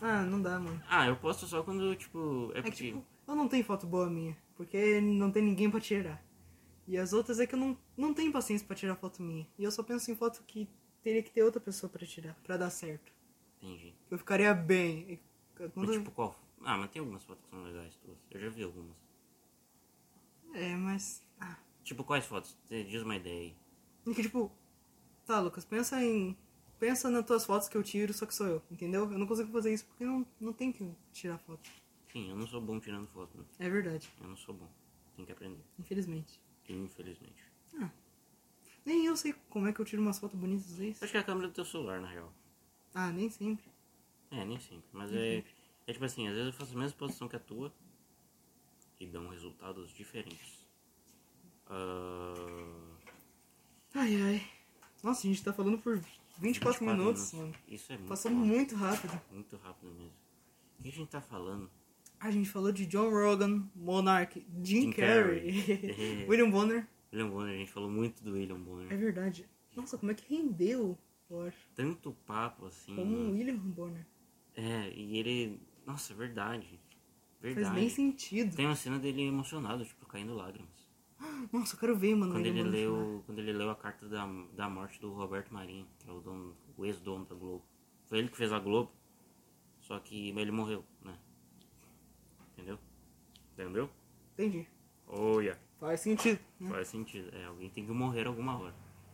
S1: Ah, não dá, mano.
S2: Ah, eu posto só quando, tipo. É
S1: É que,
S2: porque.
S1: tipo, eu não tenho foto boa minha, porque não tem ninguém pra tirar. E as outras é que eu não, não tenho paciência pra tirar foto minha. E eu só penso em foto que teria que ter outra pessoa pra tirar, pra dar certo.
S2: Entendi.
S1: Eu ficaria bem. E
S2: Mas,
S1: quando-
S2: tipo, qual? Ah, mas tem algumas fotos que são legais tuas. Eu já vi algumas.
S1: É, mas. Ah.
S2: Tipo, quais fotos? Cê Diz uma ideia aí.
S1: E que, tipo, tá, Lucas, pensa em. Pensa nas tuas fotos que eu tiro, só que sou eu, entendeu? Eu não consigo fazer isso porque não, não tem que tirar foto.
S2: Sim, eu não sou bom tirando foto, né?
S1: É verdade,
S2: Eu não sou bom. Tem que aprender.
S1: infelizmente.
S2: Infelizmente.
S1: Nem eu sei como é que eu tiro umas fotos bonitas às vezes.
S2: Acho que é a câmera do teu celular, na real.
S1: Ah, nem sempre.
S2: É, nem sempre. Mas é.
S1: Uhum.
S2: É tipo assim, às vezes eu faço a mesma posição que a tua e dão resultados diferentes. Ah,
S1: Ai, ai. Nossa, a gente tá falando por 24, minutos, mano.
S2: Isso é muito,
S1: Passou
S2: rápido,
S1: assim, muito rápido.
S2: muito rápido mesmo. O que a gente tá falando?
S1: A gente falou de John Rogan, Monarch, Jim,
S2: Jim
S1: Carrey,
S2: Carrey.
S1: William Bonner.
S2: William Bonner, a gente falou muito do William
S1: É
S2: Bonner.
S1: verdade. Nossa, como é que rendeu, eu acho.
S2: Tanto papo assim.
S1: Como um o
S2: mano.
S1: William Bonner.
S2: É, e ele. Nossa, verdade.
S1: Faz
S2: Verdade.
S1: nem sentido.
S2: Tem uma cena dele emocionado, tipo, caindo lágrimas.
S1: Nossa, eu quero ver, mano.
S2: Quando ele,
S1: William Bonner chorar.
S2: leu, quando ele leu a carta da, da morte do Roberto Marinho, que é o, dono, o ex-dono da Globo. Foi ele que fez a Globo, só que ele morreu, né? Entendeu? Entendeu?
S1: Entendi.
S2: Olha.
S1: Faz sentido. né?
S2: Faz sentido. É, alguém tem que morrer alguma hora.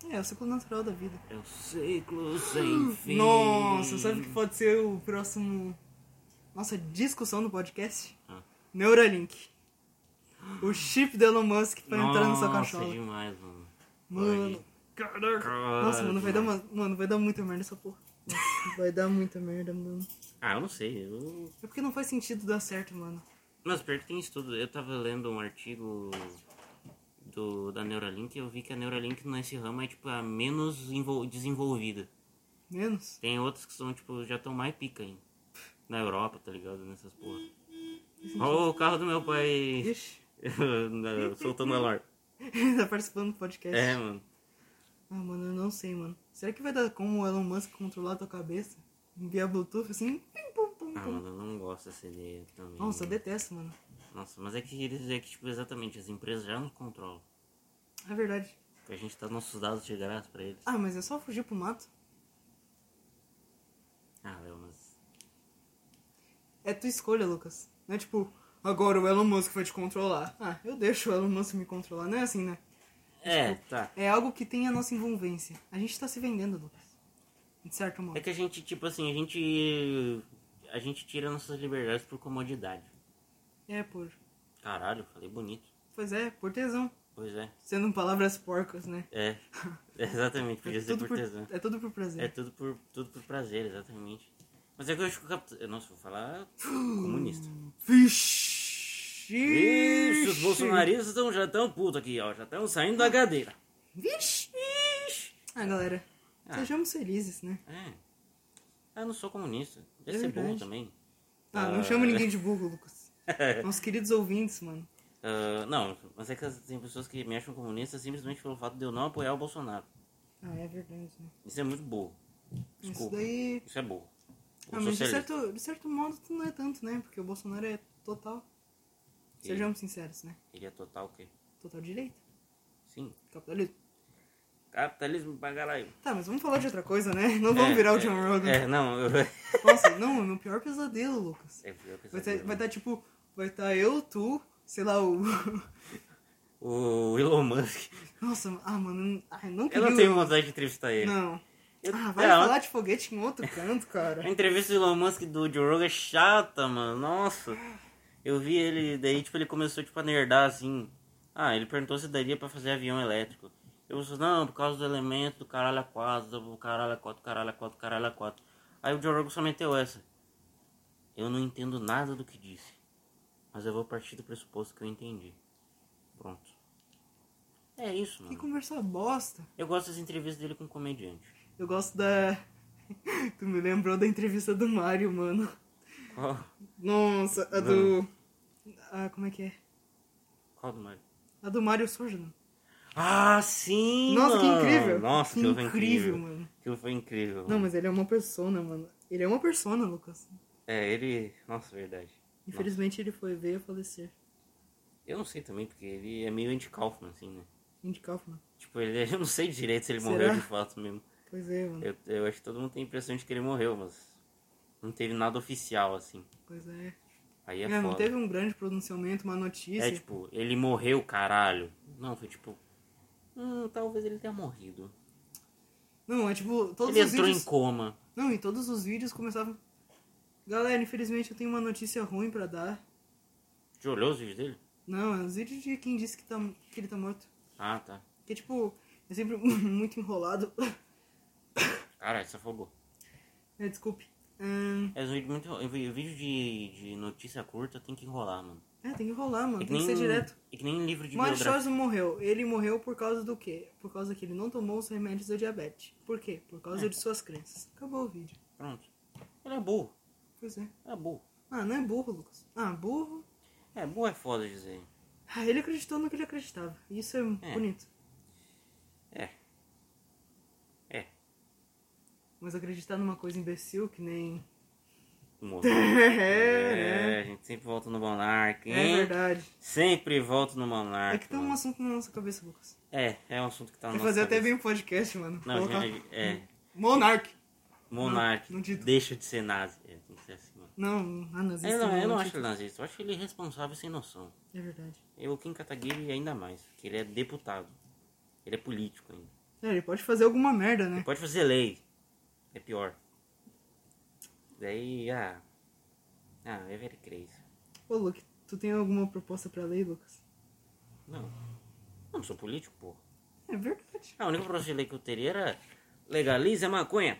S1: É, é o ciclo natural da vida.
S2: É o ciclo sem fim.
S1: Hum. Nossa, sabe o que pode ser o próximo. Nossa discussão no podcast?
S2: Ah.
S1: Neuralink. O chip do Elon Musk pra entrar na sua cachola.
S2: demais, mano.
S1: Mano.
S2: Vai. Caraca.
S1: Nossa, mano, vai dar uma. Mano, vai dar muita merda essa porra. Vai dar muita merda, mano.
S2: Ah, eu não sei. Eu...
S1: É porque não faz sentido dar certo, mano.
S2: Mas pior que tem estudo. Eu tava lendo um artigo do, da Neuralink e eu vi que a Neuralink nesse ramo é tipo a menos envol- desenvolvida.
S1: Menos?
S2: Tem outras que são, tipo, já estão mais pica ainda. Na Europa, tá ligado? Nessas porra. Ó, o carro do meu pai
S1: Ixi.
S2: na- soltando alarme.
S1: Ele tá participando do podcast.
S2: É, mano.
S1: Ah, mano, eu não sei, mano. Será que vai dar como o Elon Musk controlar a tua cabeça? Via Bluetooth, assim? Pim, pum, pum,
S2: Ah,
S1: pum.
S2: mano, eu não gosto dessa ideia também.
S1: Nossa, eu detesto, mano.
S2: Nossa, mas é que eles é que, tipo, exatamente, as empresas já nos controlam.
S1: É verdade.
S2: A gente tá nossos dados de graça pra eles.
S1: Ah, mas é só fugir pro mato?
S2: Ah, Léo, mas.
S1: É tua escolha, Lucas. Não é tipo, agora o Elon Musk vai te controlar. Ah, eu deixo o Elon Musk me controlar. Não é assim, né?
S2: É, tá.
S1: É algo que tem a nossa envolvência. A gente tá se vendendo, Lucas. De certo modo.
S2: É que a gente, tipo assim, a gente. A gente tira nossas liberdades por comodidade.
S1: É, por.
S2: Caralho, falei bonito.
S1: Pois é, por tesão.
S2: Pois é.
S1: Sendo palavras porcas, né?
S2: É. Exatamente, podia ser por tesão.
S1: é tudo por
S2: É
S1: prazer.
S2: tudo por, tudo por prazer, exatamente. Mas é que eu acho que o capitalismo. Nossa, vou falar comunista.
S1: Vixe!
S2: Ixi, os bolsonaristas tão, já estão putos aqui, ó. Já estão saindo da cadeira.
S1: Vixe! Ah, galera,
S2: Ah.
S1: sejamos felizes, né?
S2: É. Ah, eu não sou comunista.
S1: É
S2: Deve ser burro
S1: verdade.
S2: também.
S1: Ah, não
S2: Ah.
S1: chama ninguém de burro, Lucas. Nossos queridos ouvintes, mano.
S2: Ah, não, mas é que as- tem pessoas que me acham comunista simplesmente pelo fato de eu não apoiar o Bolsonaro.
S1: Ah, é verdade, né?
S2: Isso é muito burro.
S1: Isso
S2: Desculpa. é
S1: daí.
S2: Isso é burro.
S1: Ah, mas de certo, de certo modo tu não é tanto, né? Porque o Bolsonaro é total.
S2: Ele-
S1: Sejamos sinceros, né?
S2: Ele é total o quê?
S1: Total direito.
S2: Sim.
S1: Capitalismo.
S2: Capitalismo pra caralho.
S1: Tá, mas vamos falar de outra coisa, né? Não vamos virar o John Rogan.
S2: É, não. Eu...
S1: Nossa, não, é meu pior pesadelo, Lucas.
S2: É pior que
S1: Vai
S2: essa
S1: estar
S2: merda.
S1: tipo. Vai estar eu, tu, sei lá, o.
S2: O Elon Musk.
S1: Nossa, ah, mano. Ai, não
S2: Eu
S1: queria.
S2: não
S1: o-
S2: tenho vontade de entrevistar ele.
S1: Não.
S2: Eu-
S1: Ah, vai
S2: Não,
S1: falar de foguete em outro canto,
S2: A
S1: cara.
S2: entrevista do Elon Musk do Joe Rogan é chata, mano. Nossa. Eu vi ele, daí tipo, ele começou tipo, a nerdar assim. Ah, ele perguntou se daria pra fazer avião elétrico. Eu falei, não, por causa do elemento, do caralho a quatro, do caralho a quatro, caralho a quatro, caralho a quatro. Aí o Joe Rogan só meteu essa. Eu não entendo nada do que disse. Mas eu vou partir do pressuposto que eu entendi. Pronto. É isso,
S1: Que
S2: mano.
S1: conversa bosta.
S2: Eu gosto das entrevistas dele com comediante.
S1: Eu gosto da. tu me lembrou da entrevista do Mario, mano.
S2: Qual,
S1: Nossa, a
S2: Hum.
S1: do. Ah, como é que é?
S2: qual do Mario?
S1: A do Mario Surgeon.
S2: Ah, sim!
S1: Nossa, que
S2: mano.
S1: incrível.
S2: Nossa,
S1: que
S2: aquilo foi
S1: incrível,
S2: incrível. Hum.
S1: mano.
S2: Aquilo foi incrível.
S1: Não, mas ele é uma persona, mano. Ele é uma persona, Lucas.
S2: É, ele. Nossa, verdade.
S1: Infelizmente ele foi, veio a falecer.
S2: Eu não sei também, porque ele é meio Andy Kaufman, assim, né?
S1: Andy Kaufman.
S2: Tipo, ele... eu não sei direito se ele
S1: Será?
S2: morreu de fato mesmo.
S1: Pois é, mano.
S2: Eu, eu acho que todo mundo tem a impressão de que ele morreu, mas não teve nada oficial, assim.
S1: Pois é.
S2: Aí é,
S1: É, não
S2: foda.
S1: teve um grande pronunciamento, uma notícia.
S2: É tipo, ele morreu, caralho. Não, foi tipo. Hum, talvez ele tenha morrido.
S1: Não, é tipo, todos
S2: ele
S1: os
S2: entrou
S1: vídeos.
S2: em coma.
S1: Não, e todos os vídeos começavam. Galera, infelizmente eu tenho uma notícia ruim pra dar.
S2: Já olhou os vídeos dele?
S1: Não, é os vídeos de quem disse que, tá, que ele tá morto.
S2: Ah, tá.
S1: Que tipo, é sempre muito enrolado.
S2: Caralho, se afogou.
S1: É, desculpe. Ahn,
S2: É, os vídeos muito, o vídeo de, de notícia curta tem que enrolar, mano.
S1: é, tem que enrolar, mano.
S2: É
S1: Tem que ser direto.
S2: É que nem livro de
S1: Mário
S2: biografia.
S1: Chosno morreu. Ele morreu por causa do quê? Por causa que ele não tomou os remédios da diabetes. Por quê? Por causa
S2: É.
S1: de suas crenças. Acabou o vídeo.
S2: Pronto. Ele é burro.
S1: Pois é.
S2: É burro.
S1: Ah, não é burro, Lucas. Ah, burro.
S2: É, burro é foda dizer.
S1: Ah, ele acreditou no que ele acreditava. Isso é,
S2: É.
S1: bonito.
S2: É. É.
S1: Mas acreditar numa coisa imbecil que nem.
S2: Morro.
S1: é,
S2: é, a gente sempre volta no Monark, hein?
S1: verdade.
S2: Sempre volta no
S1: É
S2: Monark.
S1: que tem um
S2: um mano.
S1: assunto na nossa cabeça, Lucas.
S2: É, é um assunto que tá na
S1: Tem que
S2: nossa
S1: fazer até
S2: cabeça.
S1: bem um podcast, mano.
S2: Não,
S1: Colocar-
S2: gente, é.
S1: Monark.
S2: Monark.
S1: não dito.
S2: deixa de ser nazi. É, tem que ser assim, mano.
S1: Não, ah, nazista.
S2: Eu não, eu não
S1: é
S2: acho ele nazista, eu acho ele responsável sem noção.
S1: É verdade.
S2: E o Kim Kataguiri ainda mais, porque ele é deputado. Ele é político ainda.
S1: É, ele pode fazer alguma merda,
S2: Ele
S1: né?
S2: pode fazer lei. É pior. Daí, ah. Ah, é very crazy.
S1: Ô, Luke, tu tem alguma proposta pra lei, Lucas?
S2: Não. Eu não sou político, porra.
S1: É verdade.
S2: A única proposta de lei que eu teria era legalize a maconha.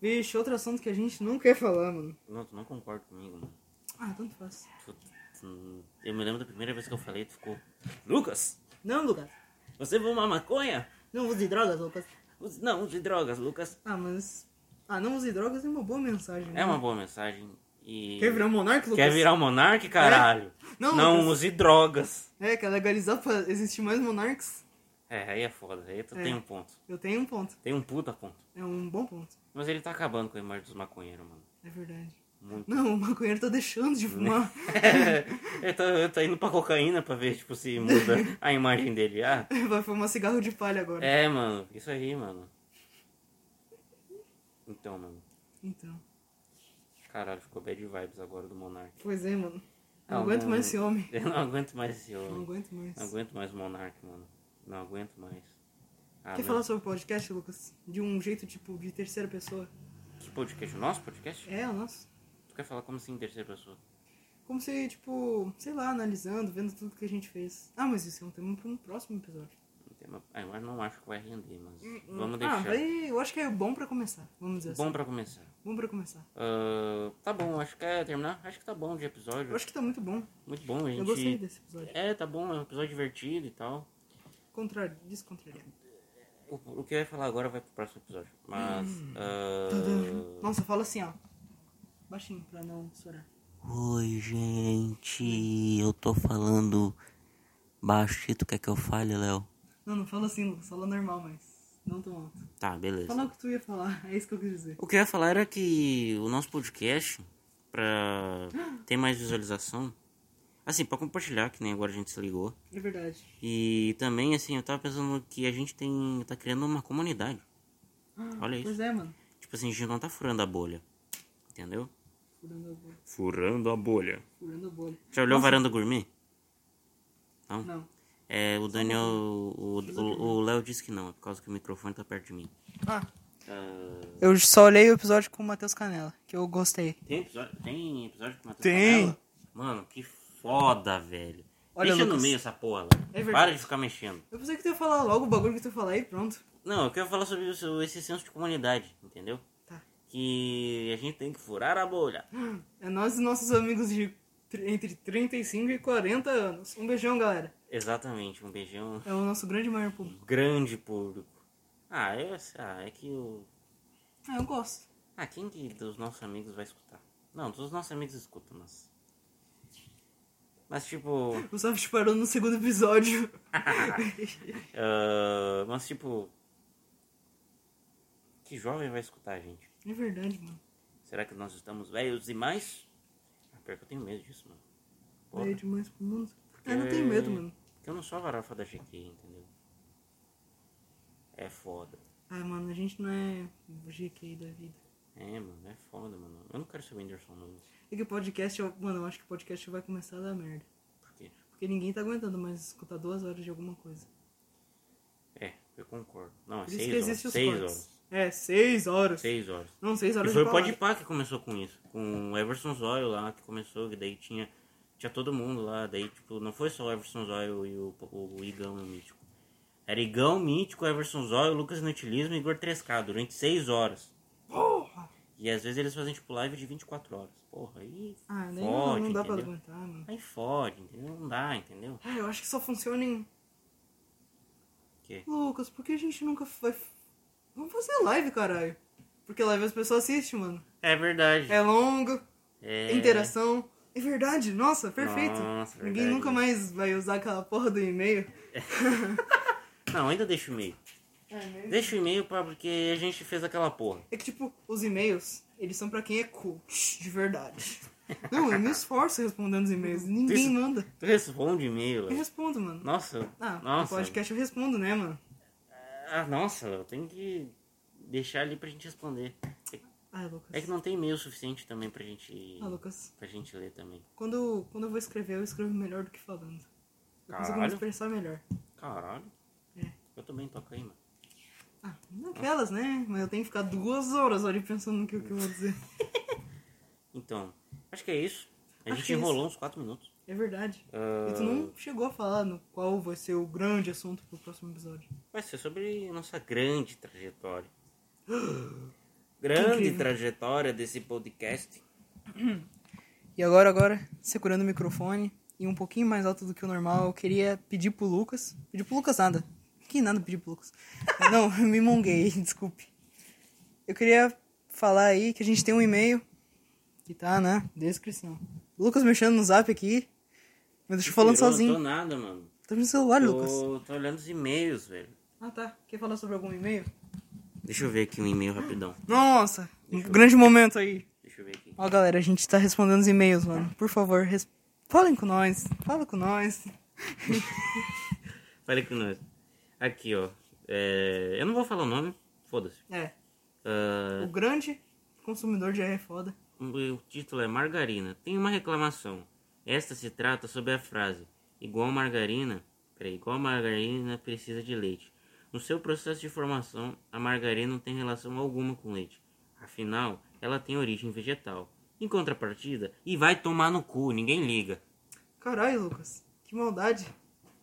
S1: Vixe, outro assunto que a gente não quer falar, mano.
S2: Não, tu não concorda comigo, mano.
S1: Ah, tanto faz.
S2: Tu- tu- Eu me lembro da primeira vez que eu falei, tu ficou. Lucas,
S1: Não, Lucas.
S2: você fuma maconha?
S1: Não use drogas, Lucas.
S2: Use- Não, use drogas, Lucas.
S1: Ah, mas. Ah, não use drogas é uma boa mensagem. né?
S2: É uma boa mensagem. E.
S1: Quer virar um monarca, Lucas? É.
S2: Quer virar um monarca, caralho?
S1: Não,
S2: Não,
S1: Lucas.
S2: use drogas.
S1: É, quer legalizar pra existir mais monarcas?
S2: É, aí é foda. Aí tu
S1: É.
S2: tem um ponto.
S1: Eu tenho um ponto.
S2: Tem um puta ponto.
S1: É um bom ponto.
S2: Mas ele tá acabando com a imagem dos maconheiros, mano.
S1: É verdade.
S2: Muito.
S1: Não, o maconheiro tá deixando de fumar.
S2: ele, tá, ele tá indo pra cocaína pra ver, tipo, se muda a imagem dele. Ah,
S1: Vai fumar cigarro de palha agora.
S2: é, mano. Isso aí, mano. Então, mano.
S1: Então.
S2: Caralho, ficou bad vibes agora do Monark.
S1: Pois é, mano. Não
S2: Ah,
S1: aguento
S2: mano.
S1: mais esse homem.
S2: Eu não aguento mais esse
S1: Não
S2: homem.
S1: aguento mais.
S2: Não aguento mais o Monark, mano. Não aguento mais. Ah,
S1: Quer
S2: meu-
S1: falar sobre o podcast, Lucas? De um jeito, tipo, de terceira pessoa.
S2: Que podcast? O nosso podcast?
S1: É, o nosso.
S2: Tu quer falar como assim em terceira pessoa?
S1: Como se, tipo, sei lá, analisando, vendo tudo que a gente fez. Ah, mas isso é um tema pra um próximo episódio.
S2: Um tema- Ah, eu não acho que vai render, mas
S1: ah,
S2: vamos deixar.
S1: vai- eu acho que é bom pra começar, vamos dizer
S2: Bom
S1: assim.
S2: pra começar.
S1: Bom pra começar.
S2: Ah, tá bom, acho que é terminar. Acho que tá bom de episódio.
S1: Eu acho que tá muito bom.
S2: Muito bom, a gente.
S1: Eu gostei desse episódio.
S2: É, tá bom, é um episódio divertido e tal.
S1: Contrário, descontrariado.
S2: O, o que eu ia falar agora vai pro próximo episódio. Mas.
S1: Hum.
S2: ah,
S1: Nossa, fala assim, ó. Baixinho, pra não chorar.
S3: Oi, gente, eu tô falando baixo, tu quer que eu fale, Léo?
S1: Não, não fala assim, Lucas. Fala normal, mas não tão alto.
S3: Tá, beleza.
S1: Fala o que tu ia falar, é isso que eu quis dizer.
S3: O que eu ia falar era que o nosso podcast, pra ter mais visualização, assim, pra compartilhar, que nem agora a gente se ligou,
S1: É verdade.
S3: e também, assim, eu tava pensando que a gente tem, tá criando uma comunidade. Olha isso.
S1: Pois é, mano.
S3: Tipo assim, a gente não tá furando a bolha, entendeu?
S1: Furando a bolha.
S3: Furando a bolha.
S1: Furando a bolha.
S3: Já olhou Varanda Gourmet?
S1: Não.
S3: É, o Daniel, o o- o Léo disse que não, é por causa que o microfone tá perto de mim.
S1: Ah.
S2: Ah,
S1: Eu só olhei o episódio com o Matheus Canela, que eu gostei.
S2: Tem episódio, tem episódio com Matheus
S1: Tem.
S2: Canela? Mano, que foda, velho.
S1: Olha,
S2: Deixa
S1: Lucas.
S2: no meio essa porra. lá.
S1: É verdade.
S2: Para de ficar mexendo.
S1: Eu pensei que tu ia falar logo o bagulho que tu ia falar e pronto.
S2: Não, eu quero falar sobre isso- esse senso de comunidade, entendeu?
S1: Tá.
S2: Que a gente tem que furar a bolha.
S1: É nós e nossos amigos de tr- entre 35 e 40 anos. Um beijão, galera.
S2: Exatamente, um beijão.
S1: É o nosso grande maior público.
S2: Grande público. Ah, é, ah, é que o.
S1: Ah, eu gosto.
S2: Ah, quem que dos nossos amigos vai escutar? Não, dos nossos amigos escutam, mas. Mas tipo.
S1: O Soft parou no segundo episódio.
S2: ah, mas tipo. Que jovem vai escutar a gente?
S1: É verdade, mano.
S2: Será que nós estamos velhos demais? Ah, pior que eu tenho medo disso, mano. Porra, É.
S1: É demais pro mundo. Ah, não tenho medo, mano.
S2: porque eu não sou a farofa da GQ, entendeu? É foda.
S1: Ah, mano, a gente não é o GK da vida.
S2: É, mano, é foda, mano. Eu não quero ser o Whindersson Nunes.
S1: E É que podcast, eu- mano, eu acho que o podcast vai começar a dar merda.
S2: Por quê?
S1: Porque ninguém tá aguentando mais escutar duas horas de alguma coisa.
S2: É, eu concordo. Não, é
S1: Por isso
S2: seis
S1: que
S2: horas.
S1: existe os
S2: Seis
S1: cortes.
S2: horas.
S1: É, seis horas.
S2: Seis horas.
S1: Não, seis horas
S2: E foi
S1: de
S2: o
S1: palavra.
S2: Podpah que começou com isso. Com o Everson Zóio lá, que começou, que daí tinha, tinha todo mundo lá. Daí, tipo, não foi só o Everson Zóio e o, o, o Igão e o Mítico. Era Igão, Mítico, Everson Zóio, Lucas Inutilismo e Igor 3K durante seis horas.
S1: Porra!
S2: E às vezes eles fazem, tipo, live de 24 horas. Porra, aí
S1: Ah, daí não,
S2: fode,
S1: não dá pra
S2: entendeu?
S1: aguentar, mano.
S2: Aí fode, entendeu? Não dá, entendeu?
S1: Ah, eu acho que só funciona em.
S2: Que?
S1: Lucas, por que a gente nunca vai. Vamos fazer live, caralho. Porque live as pessoas assistem, mano.
S2: É verdade.
S1: É longo,
S2: É,
S1: é interação. É verdade, nossa, perfeito.
S2: Nossa,
S1: Ninguém
S2: verdade.
S1: nunca mais vai usar aquela porra do e-mail.
S2: Não, ainda deixa o e-mail. Deixa o e-mail pra, porque a gente fez aquela porra.
S1: É que, tipo, os e-mails, eles são pra quem é cool, de verdade. Não, eu me esforço respondendo os e-mails. Ninguém
S2: Isso-
S1: manda.
S2: Tu responde e-mail,
S1: Eu
S2: Léo.
S1: respondo, mano.
S2: Nossa,
S1: Ah, no
S2: nossa.
S1: podcast eu respondo, né, mano?
S2: Ah, nossa, Léo, tem que deixar ali pra gente responder.
S1: Ah, Lucas.
S2: É que não tem e-mail suficiente também pra gente.
S1: Ah, Lucas.
S2: pra gente ler também.
S1: Quando, quando eu vou escrever, eu escrevo melhor do que falando. Eu consigo me
S2: Caralho.
S1: expressar melhor.
S2: Caralho.
S1: É.
S2: Eu também toco aí, mano.
S1: Ah, naquelas, né? Mas eu tenho que ficar duas horas ali pensando no que, que eu vou dizer.
S2: Então, acho que é isso. A
S1: Acho
S2: gente
S1: que é
S2: enrolou uns 4 minutos.
S1: É verdade.
S2: Ah,
S1: E tu não chegou a falar no qual vai ser o grande assunto pro próximo episódio.
S2: Vai ser sobre a nossa grande trajetória. grande
S1: Incrível.
S2: trajetória desse podcast.
S1: E agora, agora, segurando o microfone e um pouquinho mais alto do que o normal, eu queria pedir pro Lucas. Pedir pro Lucas nada. Que nada pedir pro Lucas. Não, eu me monguei, desculpe. Eu queria falar aí que a gente tem um e-mail que tá na descrição. O Lucas mexendo no zap aqui, me deixou falando
S2: Tirou,
S1: sozinho.
S2: Não tô nada, mano.
S1: Tá no celular, Lucas.
S2: Tô, tô olhando os e-mails, velho.
S1: Ah, tá. Quer falar sobre algum e-mail?
S2: Deixa eu ver aqui um e-mail rapidão.
S1: Nossa, um grande momento aí.
S2: Deixa eu ver aqui.
S1: Ó, galera, a gente tá respondendo os e-mails, mano. Por favor, res... falem com nós. Fala com nós.
S2: Falei com nós. Aqui, ó. É, Eu não vou falar o nome. Foda-se.
S1: É,
S2: Ah,
S1: o grande consumidor de R é foda.
S2: o título é Margarina. Tem uma reclamação. Esta se trata sobre a frase igual margarina. Peraí, igual margarina precisa de leite. No seu processo de formação, a margarina não tem relação alguma com leite. Afinal, ela tem origem vegetal. Em contrapartida, e vai tomar no cu, ninguém liga.
S1: Caralho, Lucas. Que maldade.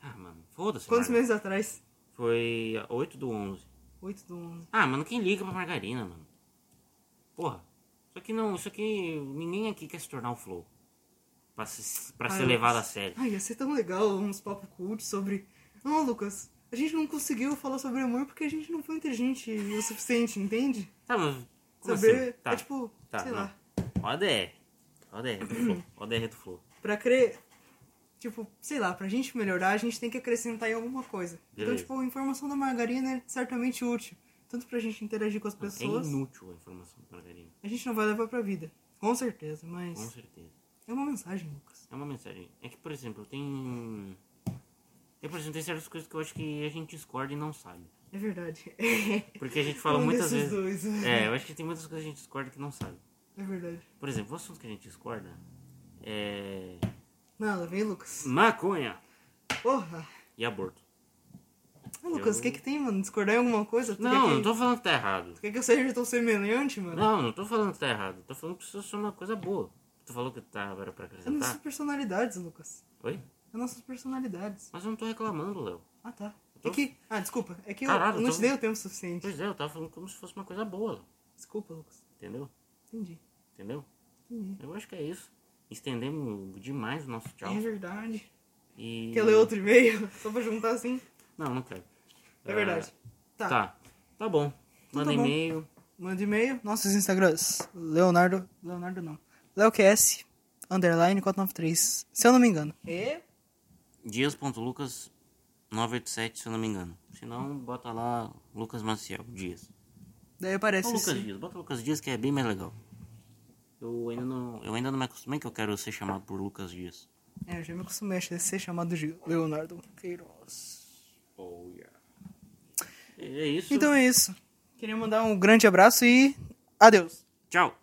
S2: Ah, mano, foda-se.
S1: Quantos
S2: Margarina.
S1: meses atrás?
S2: Foi a 8 do 11.
S1: 8 do 11.
S2: Ah, mano, quem liga pra margarina, mano? Porra. Isso aqui não. Isso aqui. Ninguém aqui quer se tornar o Flow. Pra, se- pra
S1: Ai,
S2: ser
S1: Lucas.
S2: levado a sério.
S1: Ai, ia ser tão legal uns papo cult sobre... Não, Lucas, a gente não conseguiu falar sobre amor porque a gente não foi inteligente o suficiente, entende?
S2: Tá, mas. Como
S1: Saber
S2: assim? Tá.
S1: é tipo,
S2: tá,
S1: sei
S2: não.
S1: lá,
S2: Ó a DR. Ó a DR do Flow. Ó a DR do Flow.
S1: pra crer... Tipo, sei lá, pra gente melhorar, a gente tem que acrescentar em alguma coisa. Então,
S2: Beleza.
S1: tipo, a informação da margarina é certamente útil. Tanto pra gente interagir com as
S2: Não,
S1: pessoas,
S2: É inútil a informação da margarina.
S1: a gente não vai levar pra vida. Com certeza,
S2: Com
S1: mas
S2: certeza.
S1: é uma mensagem, Lucas.
S2: É uma mensagem. É que, por exemplo, tem. Tem, por exemplo, tem certas coisas que eu acho que a gente discorda e não sabe.
S1: É verdade.
S2: Porque a gente fala
S1: Um
S2: muitas
S1: desses
S2: vezes.
S1: dois.
S2: É, eu acho que tem muitas coisas que a gente discorda que não sabe.
S1: É verdade.
S2: Por exemplo, o assunto que a gente discorda é.
S1: Não, lá vem Lucas.
S2: Maconha
S1: Porra!
S2: e aborto.
S1: Ah, Lucas, o
S2: Eu-
S1: que que tem, mano? Discordar em alguma coisa? Tu
S2: Não,
S1: quer
S2: não
S1: que...
S2: tô falando que tá errado.
S1: Tu quer que eu seja tão semelhante, mano?
S2: Não, não tô falando que tá errado. Tô falando que isso é só uma coisa boa. Tu falou que tá era pra
S1: É nossas
S2: acrescentar?
S1: personalidades, Lucas.
S2: Oi?
S1: É nossas personalidades.
S2: Mas eu não tô reclamando, Léo.
S1: Ah, tá.
S2: tô-
S1: É que... Ah, desculpa. É que eu,
S2: Caralho,
S1: eu não
S2: eu tô-
S1: te dei o tempo suficiente.
S2: Pois é, eu tava falando como se fosse uma coisa boa, Léo.
S1: Desculpa, Lucas.
S2: Entendeu?
S1: Entendi.
S2: Entendeu?
S1: Entendi.
S2: Eu acho que é isso. Estendemos demais o nosso tchau.
S1: É verdade.
S2: E...
S1: Quer ler outro e-mail? Só pra juntar assim?
S2: Não, não quero.
S1: É verdade.
S2: Ah,
S1: Tá.
S2: tá. Tá bom. Manda
S1: tá bom.
S2: e-mail.
S1: Manda e-mail. Nossos Instagrams. Leonardo. Leonardo não. LeoQS. Underline 493. Se eu não me engano. É.
S2: Dias.lucas987, se eu não me engano. Se não, bota lá Lucas Maciel Dias.
S1: Daí aparece
S2: Ou Lucas
S1: esse-
S2: Dias, bota Lucas Dias que é bem mais legal. Eu ainda não, eu ainda não me acostumei que eu quero ser chamado por Lucas Dias.
S1: É, eu já me acostumei a ser chamado de Leonardo Queiroz.
S2: Oh yeah. É isso.
S1: Então é isso. Queria mandar um grande abraço e adeus.
S2: Tchau.